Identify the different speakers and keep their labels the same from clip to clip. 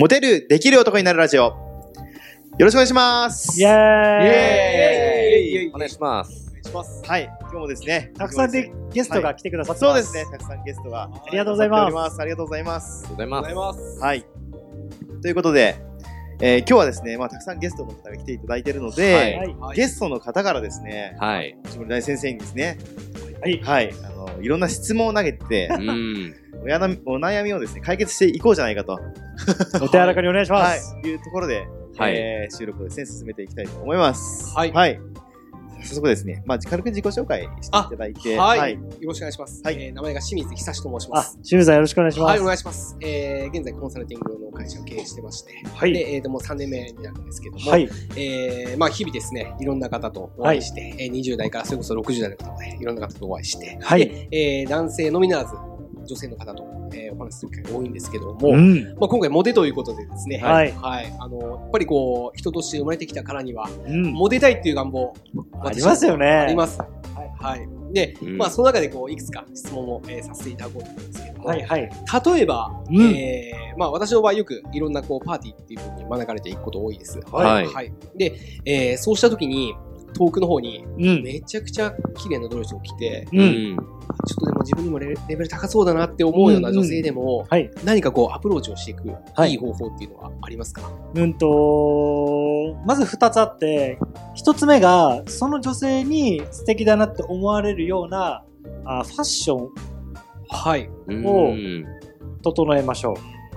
Speaker 1: モテる、できる男になるラジオ。よろしくお願いします。
Speaker 2: イェーイ
Speaker 1: イエーイ
Speaker 3: お願いします。
Speaker 1: はい、今日もですね、
Speaker 2: たくさんでゲストが来てくださって
Speaker 1: そう
Speaker 2: ま
Speaker 1: です
Speaker 2: す。
Speaker 1: ね、たくさんゲストが。
Speaker 2: ありがとうございます
Speaker 1: す。ありがとうございます。
Speaker 3: ありがとうございます。
Speaker 1: はい。ということで、えー今日はですね、まあ、たくさんゲストの方が来ていただいているので、
Speaker 2: はい。
Speaker 1: ゲストの方からですね、
Speaker 3: はい。
Speaker 1: 下村大先生にですね、
Speaker 2: はい。
Speaker 1: はい、あの、いろんな質問を投げて、
Speaker 3: うん。
Speaker 1: おやなお悩みをですね、解決していこうじゃないかと、
Speaker 2: お手柔らかにお願いしま
Speaker 1: はい
Speaker 2: す。、
Speaker 1: いうところで、
Speaker 3: はい
Speaker 1: えー収録をですね、進めていきたいと思います。
Speaker 4: はい
Speaker 1: 早速ですね、まあ、軽く自己紹介していただいて、
Speaker 4: はい、よろしくお願いします。
Speaker 1: はい
Speaker 4: えー名前が清水久志と申しま
Speaker 2: あ
Speaker 4: す。、
Speaker 2: 清水さんよろしくお願いしま
Speaker 4: はい、お
Speaker 2: す。
Speaker 4: 願いします。えー、現在コンサルティングの会社を経営してまして、
Speaker 2: はい
Speaker 4: で、えーと、もう3年目になるんですけども、
Speaker 2: はい。
Speaker 4: えー、まあ、日々ですね、いろんな方とお会いして、えー20代からそれこそ60代の方まで、いろんな方とお会いして、
Speaker 2: はい。
Speaker 4: でえー、男性のみならず、女性の方と、えーお話しする機会が多いんですけども、
Speaker 2: うん。
Speaker 4: まあ、今回モテということでですね、
Speaker 2: はい
Speaker 4: はい、あの、やっぱりこう、人として生まれてきたからには、
Speaker 2: うん。
Speaker 4: モテたいっていう願望、
Speaker 2: ありますよね
Speaker 4: あります。はい。はい、で、
Speaker 3: うん
Speaker 4: まあ、その中でこう、いくつか質問を、えーさせていただこうと思うんですけども、
Speaker 2: はい。はい。
Speaker 4: 例えば、
Speaker 2: うん
Speaker 4: えーまあ、私の場合よくいろんなこう、パーティーっていうふうに招かれていくこと多いです。
Speaker 3: はい
Speaker 4: はい。で、えーそうした時に、遠くの方に、
Speaker 2: うん。
Speaker 4: めちゃくちゃ綺麗なドレスを着て、
Speaker 2: う。
Speaker 3: うんん。
Speaker 4: ちょっとでも自分にもレベレベル高そうだなって思うような女性でも、
Speaker 2: はい。
Speaker 4: 何かこう、アプローチをしていく、
Speaker 2: はい
Speaker 4: いい方法っていうのはありますか
Speaker 2: うんと、まず二つあって、一つ目が、その女性に素敵だなって思われるような、あファッションを
Speaker 4: はい。
Speaker 2: おう
Speaker 3: うん
Speaker 2: 整えましょ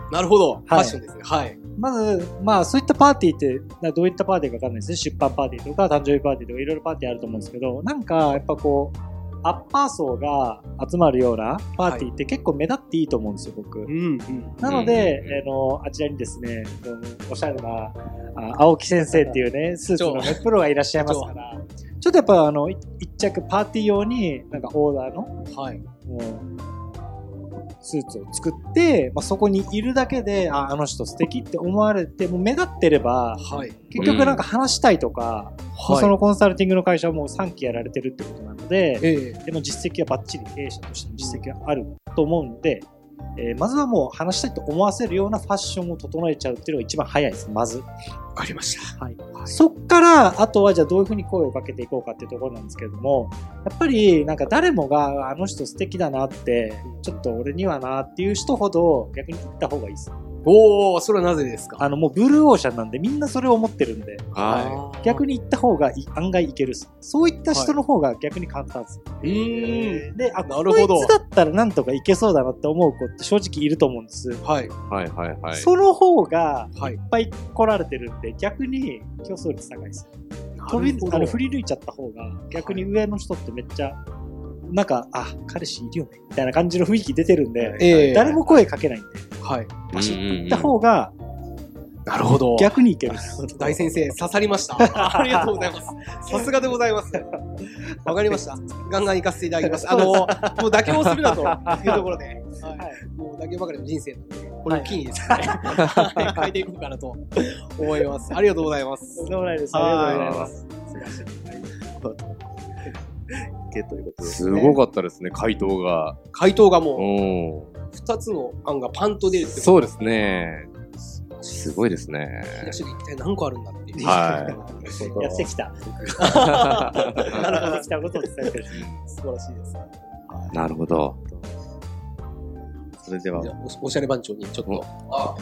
Speaker 2: う。
Speaker 4: なるほど。ファッションですね。はい。
Speaker 2: まず、まあ、そういったパーティーって、などういったパーティーかわかんないですね。出版パーティーとか、誕生日パーティーとか、いろいろパーティーあると思うんですけど、なんか、やっぱこう、アッパー層が集まるようなパーティーって結構目立っていいと思うんですよ、僕。
Speaker 4: ん。
Speaker 2: なので、
Speaker 3: うんうん
Speaker 2: あの、あちらにですね、あのおしゃれな、あ青木先生っていうね、スーツのねプロがいらっしゃいますから、ちょっとやっぱ、あの、い一着パーティー用に、なんかオーダーの、
Speaker 4: はい。
Speaker 2: もうスーツを作って、まあ、そこにいるだけでああの人素敵って思われてもう目立ってれば
Speaker 4: はい。
Speaker 2: 結局なんか話したいとか、まあそのコンサルティングの会社はもう3期やられてるってことなので
Speaker 4: ええ
Speaker 2: でも実績はバッチリ経営者としての実績があると思うんで、えーまずはもう話したいと思わせるようなファッションを整えちゃうっていうのが一番早いですまず。
Speaker 4: わかりました。
Speaker 2: そっから、あとはじゃあどういうふうに声をかけていこうかっていうところなんですけれども、やっぱりなんか誰もがあの人素敵だなって、ちょっと俺にはなっていう人ほど逆に言った方がいいです。
Speaker 4: おお、それはなぜですか
Speaker 2: あのもうブルーオーシャンなんでみんなそれを思ってるんで、
Speaker 3: は
Speaker 2: 逆に言った方がい案外いけるっす。そういった人の方が逆に簡単です。
Speaker 4: うーん。
Speaker 2: で、あ、
Speaker 4: な
Speaker 2: こ
Speaker 4: るほど
Speaker 2: いつだったらなんとかいけそうだなって思う子って正直いると思うんです。
Speaker 4: はい。
Speaker 3: い。はいはいはい。
Speaker 2: その方が
Speaker 4: はい
Speaker 2: い。っぱい来られてるんで逆に競争率高いです。飛びあの振り抜いちゃった方が逆に上の人ってめっちゃ、なんかあ彼氏いるよねみたいな感じの雰囲気出てるんで、
Speaker 4: ええ
Speaker 2: 誰も声かけないんで
Speaker 4: はい。
Speaker 2: バシッと
Speaker 3: うんうんうん
Speaker 2: 行った方が
Speaker 4: なるほど
Speaker 2: 逆にいける、
Speaker 4: 大先生、刺さり ました。ありがとうございます。さすがでございます。わかりました。ガンガン行かせていただきます。あの、もう妥協するなというところで、はい、もう妥協ばかりの人生なので、これを機にですね、はい変えていこうかなと思います。ありがとうございます
Speaker 2: とん。でもないです
Speaker 4: は
Speaker 2: あ
Speaker 4: い
Speaker 2: りがとうございます
Speaker 1: ゲットということですすね、
Speaker 3: ごかったですね、回答が。
Speaker 4: 回答がも
Speaker 3: お
Speaker 4: う、二つの案がパンと出るってこと
Speaker 3: そうですね。すごいですね。
Speaker 4: 東が一体何個あるんだっていう。
Speaker 3: は
Speaker 2: やってきたやってきたことを伝えてる
Speaker 4: 素晴らしいです。
Speaker 3: なるほど。
Speaker 1: それでは
Speaker 4: じゃ、あおおしゃれ番長にちょっ
Speaker 3: お
Speaker 4: と。あ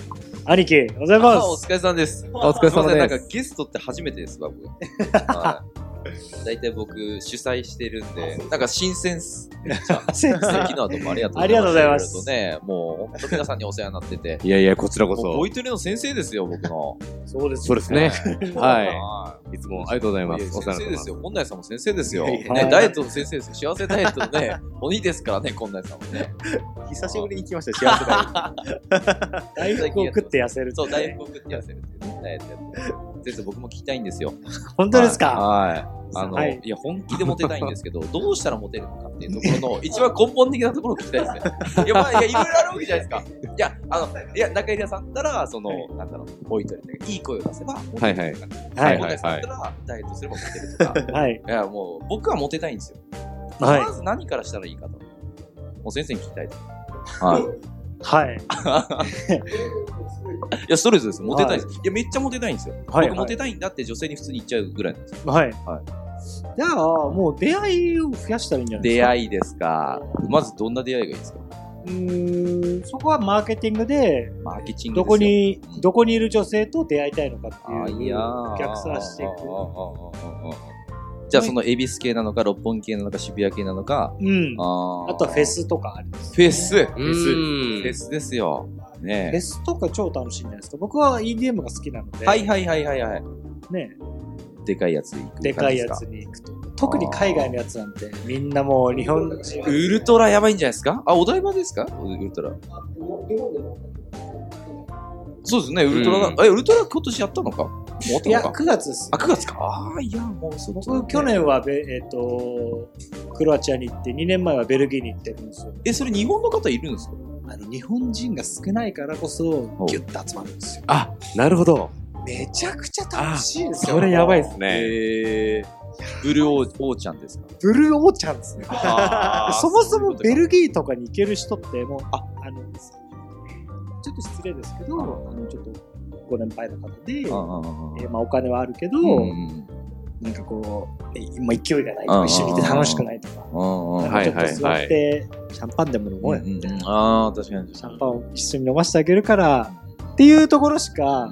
Speaker 2: 兄貴おはようござい
Speaker 5: あ
Speaker 2: ま
Speaker 5: お
Speaker 2: す
Speaker 5: 疲れさんです。
Speaker 3: お疲れ様
Speaker 5: いませんなん
Speaker 3: で
Speaker 5: か
Speaker 3: す。
Speaker 5: ゲストって初めてです、僕。はい大体僕、主催してるんで、なんか新鮮っす。
Speaker 2: 先生
Speaker 5: 昨日はどうもありがとうございます。
Speaker 2: ありがとうございます
Speaker 5: ろろとね、もう本当皆さんにお世話になってて。
Speaker 3: いやいや、こちらこ
Speaker 5: もうボ
Speaker 3: そ。
Speaker 5: イトレの先生ですよ、僕の。
Speaker 2: そうです
Speaker 3: そうです ね。は。
Speaker 5: はい
Speaker 3: いつもありがとうござい
Speaker 5: い
Speaker 3: ま
Speaker 5: や
Speaker 3: す。
Speaker 5: 先生ですよ、本内さんも先生ですよ。
Speaker 1: いやい
Speaker 5: ね
Speaker 2: やいや、
Speaker 5: ダイエットの先生ですよ。幸せダイエットのね、 鬼ですからね、本内さんもね。
Speaker 1: 久しぶりに来ました、幸せだ。
Speaker 2: 大福を食って痩せる
Speaker 5: そう、大福を食って痩せるっていうね、ダイエットやってる。先生、僕も聞きたいんですよ。
Speaker 2: 本当ですか
Speaker 5: はい。あの、
Speaker 2: はい
Speaker 5: い、や、本気でモテたいんですけど、 どうしたらモテるのかっていうところの、一番根本的なところを聞きたいですね。 いや、まあ、いや、いろいろあるわけじゃないですか。いや、あの、いや、中入屋さんだったら、その、
Speaker 2: はい
Speaker 5: なんだろう、ボイトレとか、いい声を出せば、
Speaker 3: はいはい
Speaker 5: モテるとか。
Speaker 2: は
Speaker 5: はいい、はい、はい。だったら、ダイエットすればモテ るとか。
Speaker 2: はい
Speaker 5: いや、もう、僕はモテたいんですよ。
Speaker 2: はい
Speaker 5: まず何からしたらいいかと。もう先生に聞きたいと。 はい。い
Speaker 2: はい。
Speaker 5: や、ストレスです。モテたいです。いや、めっちゃモテたいんですよ。
Speaker 2: はい
Speaker 5: 僕モテたいんだって女性に普通に言っちゃうぐらいなんですよ。
Speaker 2: はい。
Speaker 5: は
Speaker 2: じゃあ、もう出会いを増やしたらいいんじゃないです
Speaker 5: 出
Speaker 2: か。
Speaker 5: 会いですか。まずどんな出会いがいいですか
Speaker 2: うーん、そこはマーケティングで、
Speaker 5: マーケティングですよ
Speaker 2: どこに、どこにいる女性と出会いたいのか
Speaker 5: あ
Speaker 2: って
Speaker 5: ー
Speaker 2: い
Speaker 5: いうや
Speaker 2: のを
Speaker 5: ー
Speaker 2: 逆算していく
Speaker 5: あ。ーあーあーあーあーじゃあその恵比寿系なのか六本木系なのか渋谷系なのか
Speaker 2: うん。
Speaker 5: あー
Speaker 2: あとはフェスとかあります。
Speaker 5: フェスフェス
Speaker 4: うん
Speaker 5: フェスですよね
Speaker 2: フェスとか超楽しいんじゃないですか。僕は EDM が好きなので、
Speaker 5: はいはいはいはいはい
Speaker 2: ね、
Speaker 5: でかいやつ行く感じ
Speaker 2: で
Speaker 5: ですか
Speaker 2: かいやつに行くと。特に海外のやつなんて、みんなもう日本人
Speaker 5: ウルトラやばいんじゃないですかあお台場ですかウルトラそうですねウルトラ
Speaker 3: う
Speaker 5: がえウルトラ今年やったのかもうあっ
Speaker 2: い
Speaker 5: た
Speaker 2: や、
Speaker 5: のか
Speaker 2: 9月です
Speaker 5: あ。9月かああいやもうその
Speaker 2: 僕、去年はべ、えっ、と、クロアチアに行って、2年前はベルギーに行ってるんですよ。
Speaker 5: えそれ日本の方いるんですか
Speaker 2: あの、日本人が少ないからこそ、ギュッと集まるんですよ。
Speaker 3: あ、なるほど。
Speaker 2: めちゃくちゃ楽しいですよ。
Speaker 3: それやばいですね。
Speaker 5: えーブルーオーオーちゃんですか
Speaker 2: ブルーオーチャンですね。
Speaker 5: あー
Speaker 2: そもそも
Speaker 5: そう
Speaker 2: ベ
Speaker 5: いうこ
Speaker 2: ルギーとかに行ける人って、もう、あ、あの、ちょっと失礼ですけど、あの、ちょっと、ご年配の方で、
Speaker 5: とかうんうんうん
Speaker 2: えーまあ、お金はあるけど、
Speaker 5: うん
Speaker 2: なんかこう、え今勢いがないとか、一緒にいて楽しくないとか、
Speaker 5: うんうん
Speaker 2: なんか
Speaker 5: はい
Speaker 2: ちょっと座
Speaker 3: はい
Speaker 2: っ
Speaker 3: は
Speaker 2: て、シャンパンでも飲もうよみたいな、
Speaker 5: ああ、確かに。
Speaker 2: シャンパンを一緒に飲ませてあげるから、っていうところしか、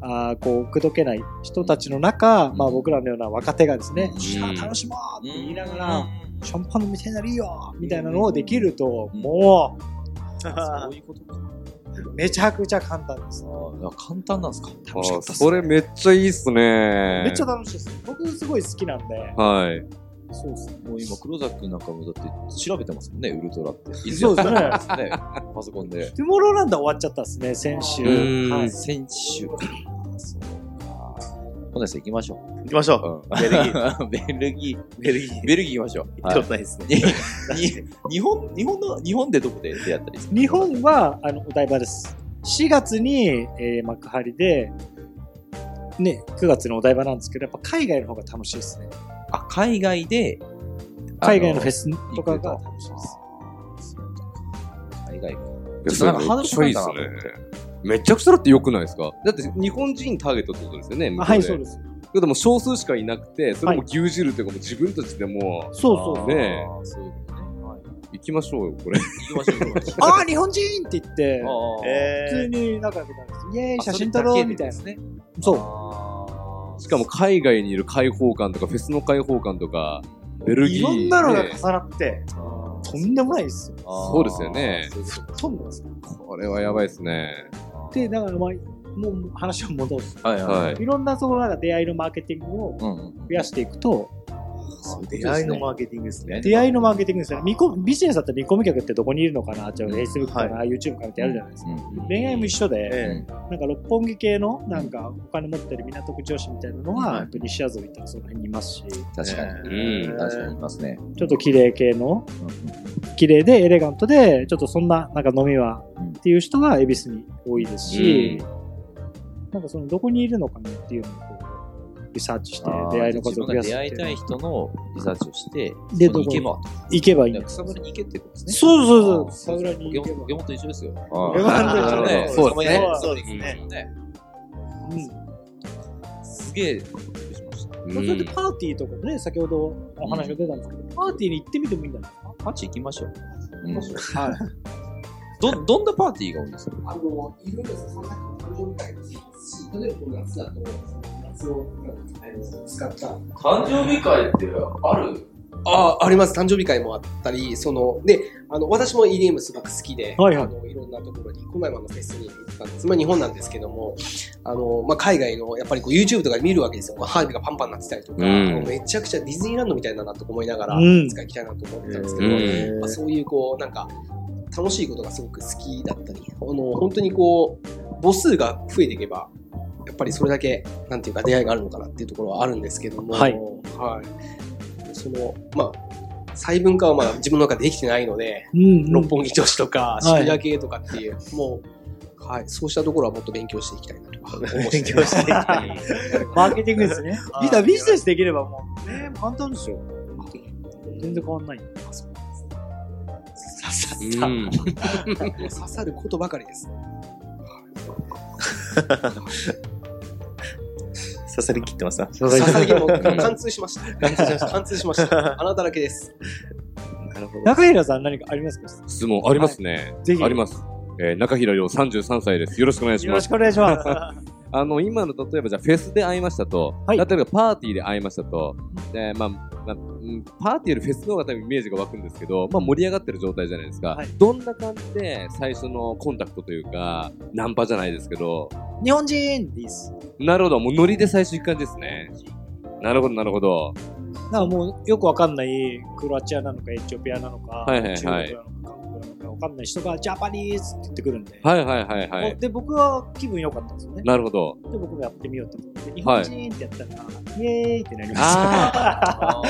Speaker 2: あーこう、口説けない人たちの中、まあ僕らのような若手がですね、
Speaker 3: うん
Speaker 2: 楽しもうって言いなが
Speaker 5: う
Speaker 2: ら、
Speaker 5: ん
Speaker 2: シャンパン飲みたいならいいよみたいなのをできると、
Speaker 5: うん
Speaker 2: も
Speaker 5: そういうことか。
Speaker 2: う、めちゃくちゃ簡単です。
Speaker 5: ああ、簡単なんですか。
Speaker 2: 楽しかったっす
Speaker 3: それめっちゃいいっすね。
Speaker 2: めっちゃ楽しいです。僕すごい好きなんで、
Speaker 3: はい。
Speaker 2: そうですね。
Speaker 5: もう今、黒崎なんかもだって調べてますもんね、ウルトラっ
Speaker 2: そ
Speaker 5: て。
Speaker 2: うですね
Speaker 5: いつやったんですね。パソコンで。
Speaker 2: トゥモローランド終わっちゃったですね、先週。
Speaker 3: うん
Speaker 2: はい
Speaker 5: 先週か。そうか。本田さん行きましょ
Speaker 1: 行きまし ょ
Speaker 5: う。
Speaker 1: う。ベルギー。
Speaker 5: うん ベルギー。
Speaker 1: ベルギー。
Speaker 5: ベルギー行きましょう。
Speaker 1: 行ったことないですね。
Speaker 5: にに日本、日本の、日本でどこで出会ったりする
Speaker 2: 日本は、あの、お台場です。4月に、えー幕張で、ね、9月のお台場なんですけど、やっぱ海外の方が楽しいですね。
Speaker 5: あ、海外で、
Speaker 2: 海外のフェ
Speaker 5: ス
Speaker 2: スとかが楽しいです。
Speaker 5: 海外
Speaker 3: それめっちゃいいっすね。めちゃくちゃだって良くないですかだって日本人ターゲットってことですよね。向こ
Speaker 2: あ
Speaker 3: で
Speaker 2: はい、そうです。
Speaker 3: だってもう少数しかいなくて、それも牛耳るっていうかもう自分たちでもう
Speaker 2: そうそうそう。
Speaker 3: ね
Speaker 5: あーそういうことね。はい
Speaker 3: 行きましょうよ、 これ。
Speaker 5: 行きましょう、行きましょう。
Speaker 2: ああ、日本人って言って、
Speaker 5: あー
Speaker 1: え
Speaker 2: 普通に仲良くなるんです。イエーイ、写真撮ろうみたいな。
Speaker 5: ね。
Speaker 2: そう。
Speaker 5: う
Speaker 3: しかも、海外にいる開放感とか、フェスの開放感とか、ベルギー。
Speaker 1: いろんなのが
Speaker 3: ね
Speaker 1: 重なって、
Speaker 2: とんでもないですよ。
Speaker 3: そうですよね
Speaker 2: とんでもないです。
Speaker 3: これはやばいですね。
Speaker 2: で、だからまあ、もう話を戻す。
Speaker 5: はい。
Speaker 3: はい
Speaker 2: いろんなそこから出会いのマーケティングを
Speaker 5: うんうん。
Speaker 2: 増やしていくと、
Speaker 1: 出会いのマーケティングですね。
Speaker 2: 出会いのマーケティングですよね。見込みビジネスだったら見込み客ってどこにいるのかな、じゃあ
Speaker 5: うん
Speaker 2: Facebook かな、YouTube かなってやるじゃないですか。恋愛も一緒で、
Speaker 1: え
Speaker 2: なんか六本木系の、なんかお金持ってる港区女子みたいなの
Speaker 5: うん
Speaker 2: は、やっぱ西麻布行ったらその辺にいますし、
Speaker 5: 確か
Speaker 1: え
Speaker 5: に。
Speaker 3: え
Speaker 5: うん確かにいますね。
Speaker 2: ちょっと綺麗系の
Speaker 5: うんうん
Speaker 2: 綺麗でエレガントで、ちょっとそんな、なんか飲みは
Speaker 5: うん
Speaker 2: っていう人は恵比寿に多いですし、
Speaker 3: うん
Speaker 2: なんかそのどこにいるのかなっていうのをこうリサーチして
Speaker 5: あー
Speaker 2: 出会いの数を増
Speaker 5: 自分
Speaker 2: や
Speaker 5: が
Speaker 2: すっ
Speaker 5: 出
Speaker 2: て
Speaker 5: 会
Speaker 2: い
Speaker 5: いうたい人のリサーチをして、
Speaker 2: で
Speaker 5: そこに行けば。
Speaker 2: 行けばいいん
Speaker 5: だ
Speaker 2: で
Speaker 5: から
Speaker 2: す。
Speaker 5: 草むらに行けってことですね。
Speaker 2: そうそうそう。
Speaker 5: あー
Speaker 2: 桜に行け
Speaker 5: ポケモンポ
Speaker 2: ば
Speaker 5: ケ。モンと一緒ですよ。
Speaker 3: ポ
Speaker 1: ケモンと一緒です
Speaker 5: そうですね。
Speaker 1: そうですね
Speaker 5: ね。
Speaker 2: うん
Speaker 5: すげえ、びっくりしました。
Speaker 2: まあそれでパーティーとかもね、先ほどお話が出たんですけど、パーティーに行ってみてもいいんじゃないですか
Speaker 5: パチ行きましょう。
Speaker 3: うん
Speaker 2: はい。
Speaker 5: ど、どんなパーティーが多いんですか
Speaker 4: あの、いろいろそのさっきの誕生日会ですし、例えばこの夏だと、夏を使った。
Speaker 5: 誕生日会ってある
Speaker 4: ああ、あります。誕生日会もあったり、その、で、あの、私も EDM すごく好きで、
Speaker 2: はいはい
Speaker 4: あの、いろんなところに、この前もあのフェスに行ったんです。まあ、日本なんですけども、あの、まあ、海外の、やっぱりこう YouTube とかで見るわけですよ。まあ、花火がパンパンなってたりとか、
Speaker 3: うん
Speaker 4: もうめちゃくちゃディズニーランドみたいだなとか思いながら、
Speaker 2: うん
Speaker 4: いつか行きたいなと思ってたんですけ
Speaker 3: う
Speaker 4: ど、
Speaker 3: ん。
Speaker 4: まあ、そういうこうなんか楽しいことがすごく好きだったりあの本当にこう母数が増えていけばやっぱりそれだけなんていうか出会いがあるのかなっていうところはあるんですけども、
Speaker 2: はい
Speaker 4: はいそのまあ細分化はまだ自分の中でできてないので、
Speaker 2: うんうん
Speaker 4: 六本木女子とか
Speaker 2: はい
Speaker 4: 渋谷系とかっていう、もう、はい、そうしたところはもっと勉強していきたいなとか思って
Speaker 1: 勉強して いきたい。
Speaker 2: マーケティングですね。
Speaker 1: はい
Speaker 2: ビザビジネスできればもう、ね、簡単ですよ。全然変わんない。
Speaker 4: さす
Speaker 3: うん。
Speaker 4: 刺さることばかりです。
Speaker 1: 刺さりきってますな。
Speaker 4: 刺さりも
Speaker 5: ん
Speaker 4: 貫通しました。貫通しました。穴だらけです。
Speaker 1: なるほど。
Speaker 2: 中平さん何かありますか
Speaker 3: 質問ありますね。
Speaker 2: ぜひ。
Speaker 3: あります。えー、中平洋33歳です。よろしくお願いし
Speaker 2: よ
Speaker 3: ま
Speaker 2: ろ
Speaker 3: す
Speaker 2: し。くお願いします。
Speaker 3: あの、今の例えばじゃあフェスで会いましたと、
Speaker 2: はい
Speaker 3: 例えばパーティーで会いましたと、でまあまあ、うんパーティーよりフェスの方が多分イメージが湧くんですけど、まあ、盛り上がってる状態じゃないですか、
Speaker 2: はい
Speaker 3: どんな感じで最初のコンタクトというか、ナンパじゃないですけど、
Speaker 2: 日本人です。
Speaker 3: なるほど、もうノリで最初行く感じですね。なるほど、なるほど。
Speaker 2: なんかもうよくわかんないクロアチアなのかエチオピアなのか、
Speaker 3: はいはいはい
Speaker 2: 中国なのか韓国なのかわかんない人がジャパニーズって言ってくるんで。
Speaker 3: はいはいはいはい。
Speaker 2: で、僕は気分良かったんですよね。
Speaker 3: なるほど。
Speaker 2: で、僕もやってみようと思って、日本人ってやったら、イエーイってなりました。
Speaker 3: あ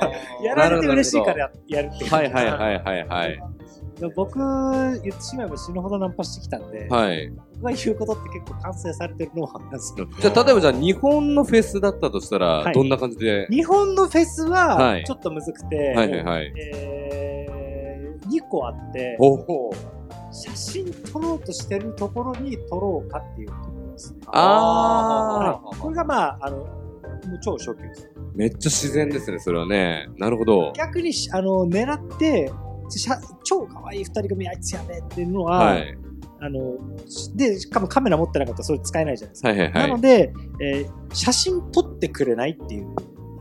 Speaker 2: やられて嬉しいからややるって
Speaker 3: あ、
Speaker 2: こと
Speaker 3: はいはいはいはいはい。
Speaker 2: でも僕、言ってしまえば死ぬほどナンパしてきたんで、
Speaker 3: はい。
Speaker 2: 僕が言うことって結構完成されてるノウハウなんですよ。
Speaker 3: じゃあ、例えばじゃあ日本のフェスだったとしたら
Speaker 2: は、い
Speaker 3: どんな感じで、
Speaker 2: 日本のフェス
Speaker 3: は、
Speaker 2: はいちょっとむずくて、
Speaker 3: はいはいはい。
Speaker 2: えー、2個あって、
Speaker 3: おほ
Speaker 2: 写真撮ろうとしてるところに撮ろうかっていうところですね。
Speaker 3: あ
Speaker 2: はいこれがまあ、あの、もう超初級です。
Speaker 3: めっちゃ自然ですね、それはね。なるほど。
Speaker 2: 逆にし、あの、狙って、写超可愛い二人組あいつやべえっていうのは、
Speaker 3: はい。
Speaker 2: あの、しで、しかもカメラ持ってなかったらそれ使えないじゃないですか。
Speaker 3: はいはいは
Speaker 2: ないの。で、えー写真撮ってくれないっていう。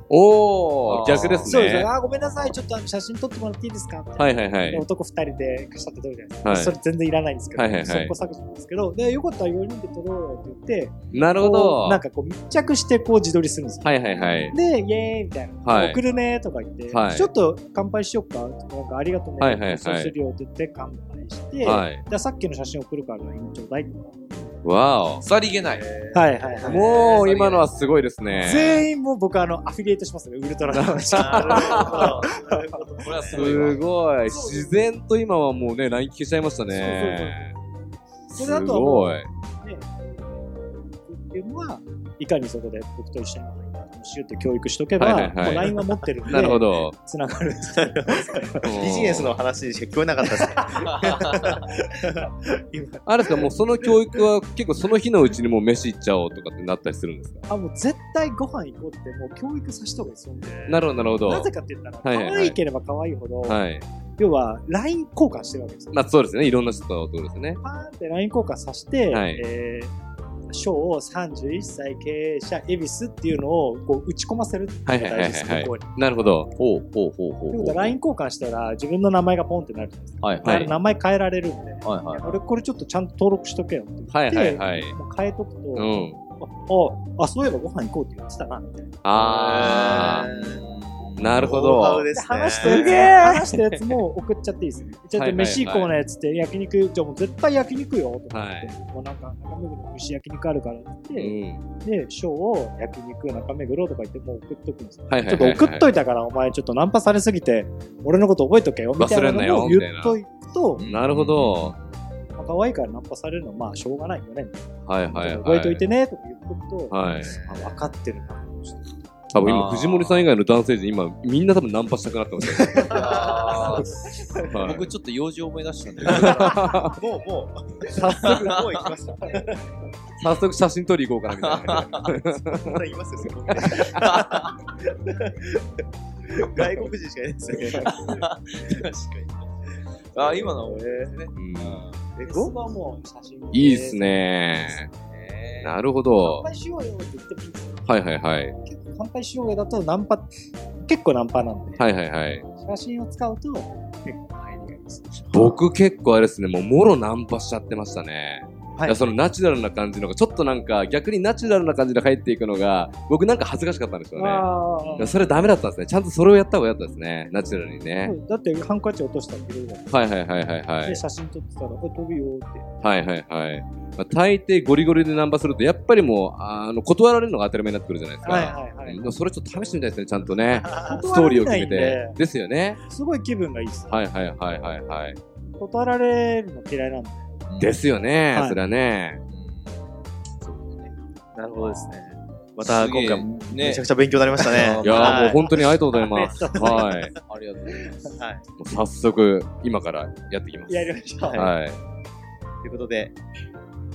Speaker 3: お
Speaker 5: あ
Speaker 3: ー、
Speaker 5: ー
Speaker 3: 逆です
Speaker 2: そうです
Speaker 3: ね
Speaker 2: よ。。あー、ごめんなさい。ちょっとあの写真撮ってもらっていいですかみたいな
Speaker 3: はいはいは
Speaker 2: で
Speaker 3: い。
Speaker 2: 男二人でカシャって撮るじゃないですか。
Speaker 3: はい
Speaker 2: それ全然いらないんですけど、
Speaker 3: はいはいはい
Speaker 2: そこ削除なんですけど、で、よかったら4人で撮ろうよって言って、
Speaker 3: なるほ
Speaker 2: こ
Speaker 3: ど。
Speaker 2: うなんかこう密着してこう自撮りするんですよ。
Speaker 3: はいはいはい。
Speaker 2: で、イエーイみたいな。
Speaker 3: はい
Speaker 2: 送るねとか言って、
Speaker 3: はい
Speaker 2: ちょっと乾杯しよっか。なんかありがとうね。
Speaker 3: はいはいはい
Speaker 2: そうするよって言って乾杯して、
Speaker 3: はい。
Speaker 2: じゃあさっきの写真送るから LINE ちょうだいとか。
Speaker 3: わ
Speaker 5: さりげない。
Speaker 2: はいはい
Speaker 3: お。
Speaker 2: はい。
Speaker 3: もう、今のはすごいですね。
Speaker 2: 全員もう僕あのアフィリエイトしますね。ウルトラ の話。
Speaker 5: あーこれはすごいわ
Speaker 3: すごい。自然と今はもうね、LINE 聞けちゃいました
Speaker 2: そ
Speaker 3: ね。
Speaker 2: う
Speaker 3: す
Speaker 2: そうそうそれだとはも
Speaker 3: ご
Speaker 2: う
Speaker 3: い。
Speaker 2: ね、っていうのは、いかにそこで僕と一緒に楽しいって教育しとけば、
Speaker 3: はいはいはい
Speaker 2: もう LINE は持ってるんで、
Speaker 3: なる ほど。
Speaker 2: つながるんです
Speaker 1: ビジネスの話しか聞こえなかったですね。
Speaker 2: 今
Speaker 3: あれですか、もうその教育は結構その日のうちにもう飯行っちゃおうとかってなったりするんですか
Speaker 2: あ、もう絶対ご飯行こうって、もう教育させた方がいいですよね。
Speaker 3: なるほど、なるほ
Speaker 2: な
Speaker 3: ど
Speaker 2: ぜ。かって言ったら、
Speaker 3: はいはいはい
Speaker 2: 可愛ければ可愛いほど、
Speaker 3: はい。
Speaker 2: 要は LINE 交換してるわけですよ。
Speaker 3: まあそうですね、いろんな人とってことですね。
Speaker 2: パーンって LINE 交換させて、
Speaker 3: はい
Speaker 2: えー賞を31歳経営者恵比寿っていうのをこう打ち込ませるっていうのが大事です、
Speaker 3: はいはいはいはい
Speaker 2: 向こうに。
Speaker 3: なるほど。ほうほうほうほ
Speaker 2: という
Speaker 3: ほ
Speaker 2: こと
Speaker 3: う。
Speaker 2: は LINE 交換したら自分の名前がポンってなるじゃないですか。
Speaker 5: はい
Speaker 3: は
Speaker 5: はいい。
Speaker 2: 名前変えられるんで、
Speaker 5: はいはい。
Speaker 2: 俺これちょっとちゃんと登録しとけよって言って、
Speaker 3: はいはいはい。
Speaker 2: もう変えとくと、
Speaker 3: うん。
Speaker 2: ああ、そういえばご飯行こうって言ってたな、みたいな。
Speaker 3: あー。なるほど。
Speaker 1: ノウハウ
Speaker 3: は
Speaker 1: で
Speaker 2: です
Speaker 1: ね。
Speaker 2: 話したやつ話したやつも送っちゃっていいですね。ちょっ
Speaker 3: は
Speaker 2: と
Speaker 3: いはいはい
Speaker 2: 飯行こうねっつって、焼肉、じゃあもう絶対焼肉よとか
Speaker 3: い
Speaker 2: 言。って、もうなんか中目黒の牛焼肉あるからって
Speaker 3: う
Speaker 2: 言
Speaker 3: ん。
Speaker 2: って、で、ショーを焼肉中目黒とか言ってもう送っとくんですよ。
Speaker 3: はいはいはいは
Speaker 2: ちょ
Speaker 3: い。
Speaker 2: っと送っといたから、お前ちょっとナンパされすぎて、俺のこと覚えとけよ、みたいなのを言っとくと、
Speaker 3: なるほど。
Speaker 2: まあ可愛いからナンパされるのはまあしょうがないよね、みたい
Speaker 3: はい
Speaker 2: な
Speaker 3: はいはい。
Speaker 2: 覚えといてね、とか言っとくと、
Speaker 3: はい。
Speaker 2: あ分かってるな。
Speaker 3: 多分今、藤森さん以外の男性陣、今、みんな多分ナンパしたくなってますよ。
Speaker 5: あー
Speaker 3: はい
Speaker 5: 僕ちょっと用事思い出したんだ
Speaker 1: もう、もう、早速、もう行きました。
Speaker 3: 早速写真撮り行こうかな、みた いな。
Speaker 1: そんな言いますよ、そ こ外国人しかいないですよ ね。
Speaker 5: けど。確かに。 あー、今のは
Speaker 1: えー
Speaker 3: うん
Speaker 1: え、
Speaker 2: 僕
Speaker 1: ご
Speaker 2: はもう写真
Speaker 3: いいです。ね。なるほ
Speaker 2: 乾
Speaker 3: ど。
Speaker 2: 杯しようよって言ってもいいんですよ。
Speaker 3: はいはいはい。
Speaker 2: 結構乾杯しようよだとナンパ、結構ナンパなんで、
Speaker 3: はいはいはい。
Speaker 2: 写真を使うと結構入りがいいです。
Speaker 3: 僕結構あれですね、もうもろナンパしちゃってましたね。
Speaker 2: はい
Speaker 3: いやそのナチュラルな感じのが、ちょっとなんか逆にナチュラルな感じで入っていくのが、僕なんか恥ずかしかったんですよね。いや
Speaker 2: あ
Speaker 3: それダメだったんですね。ちゃんとそれをやった方が良かったですね。ナチュラルにね。
Speaker 2: あ。だってハンカチ落としたら入れるじゃないです
Speaker 3: はいはいはいはいは
Speaker 2: か。
Speaker 3: い
Speaker 2: で、。写真撮ってたら、これ飛ぶよって。
Speaker 3: はいはいはい。まあ、大抵ゴリゴリでナンパすると、やっぱりもう、あの、断られるのが当たり前になってくるじゃないですか。
Speaker 2: はいはいはい。
Speaker 3: うんそれちょっと試してみたいですね、ちゃんとね。ストー
Speaker 2: 断ら
Speaker 3: リー
Speaker 2: れ
Speaker 3: を
Speaker 2: な
Speaker 3: 決
Speaker 2: い
Speaker 3: め
Speaker 2: ん
Speaker 3: て
Speaker 2: で。、
Speaker 3: ですよね。
Speaker 2: すごい気分がいいです。
Speaker 3: はいはいはいはいはい。
Speaker 2: 断られるの嫌いなんで。
Speaker 3: ですよね、
Speaker 2: はい
Speaker 3: それはね。
Speaker 1: なるほどですね。また今回も
Speaker 5: もね
Speaker 1: めちゃくちゃ勉強になりましたね。
Speaker 3: いやーもう
Speaker 1: ほ
Speaker 3: 本当にありがとうございます。はい。
Speaker 5: ありがとうございます。
Speaker 1: はい。
Speaker 3: もう早速、今からやっていきます。
Speaker 2: やりましょ
Speaker 1: は
Speaker 2: う。
Speaker 3: はい。
Speaker 1: ということで、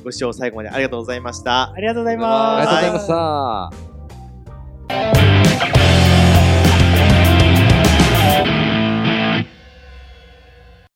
Speaker 1: ご視聴最後までありがとうございました。
Speaker 2: ありがとうござい
Speaker 5: あ
Speaker 3: あ
Speaker 2: ま
Speaker 3: り
Speaker 2: す。
Speaker 3: がとうございました。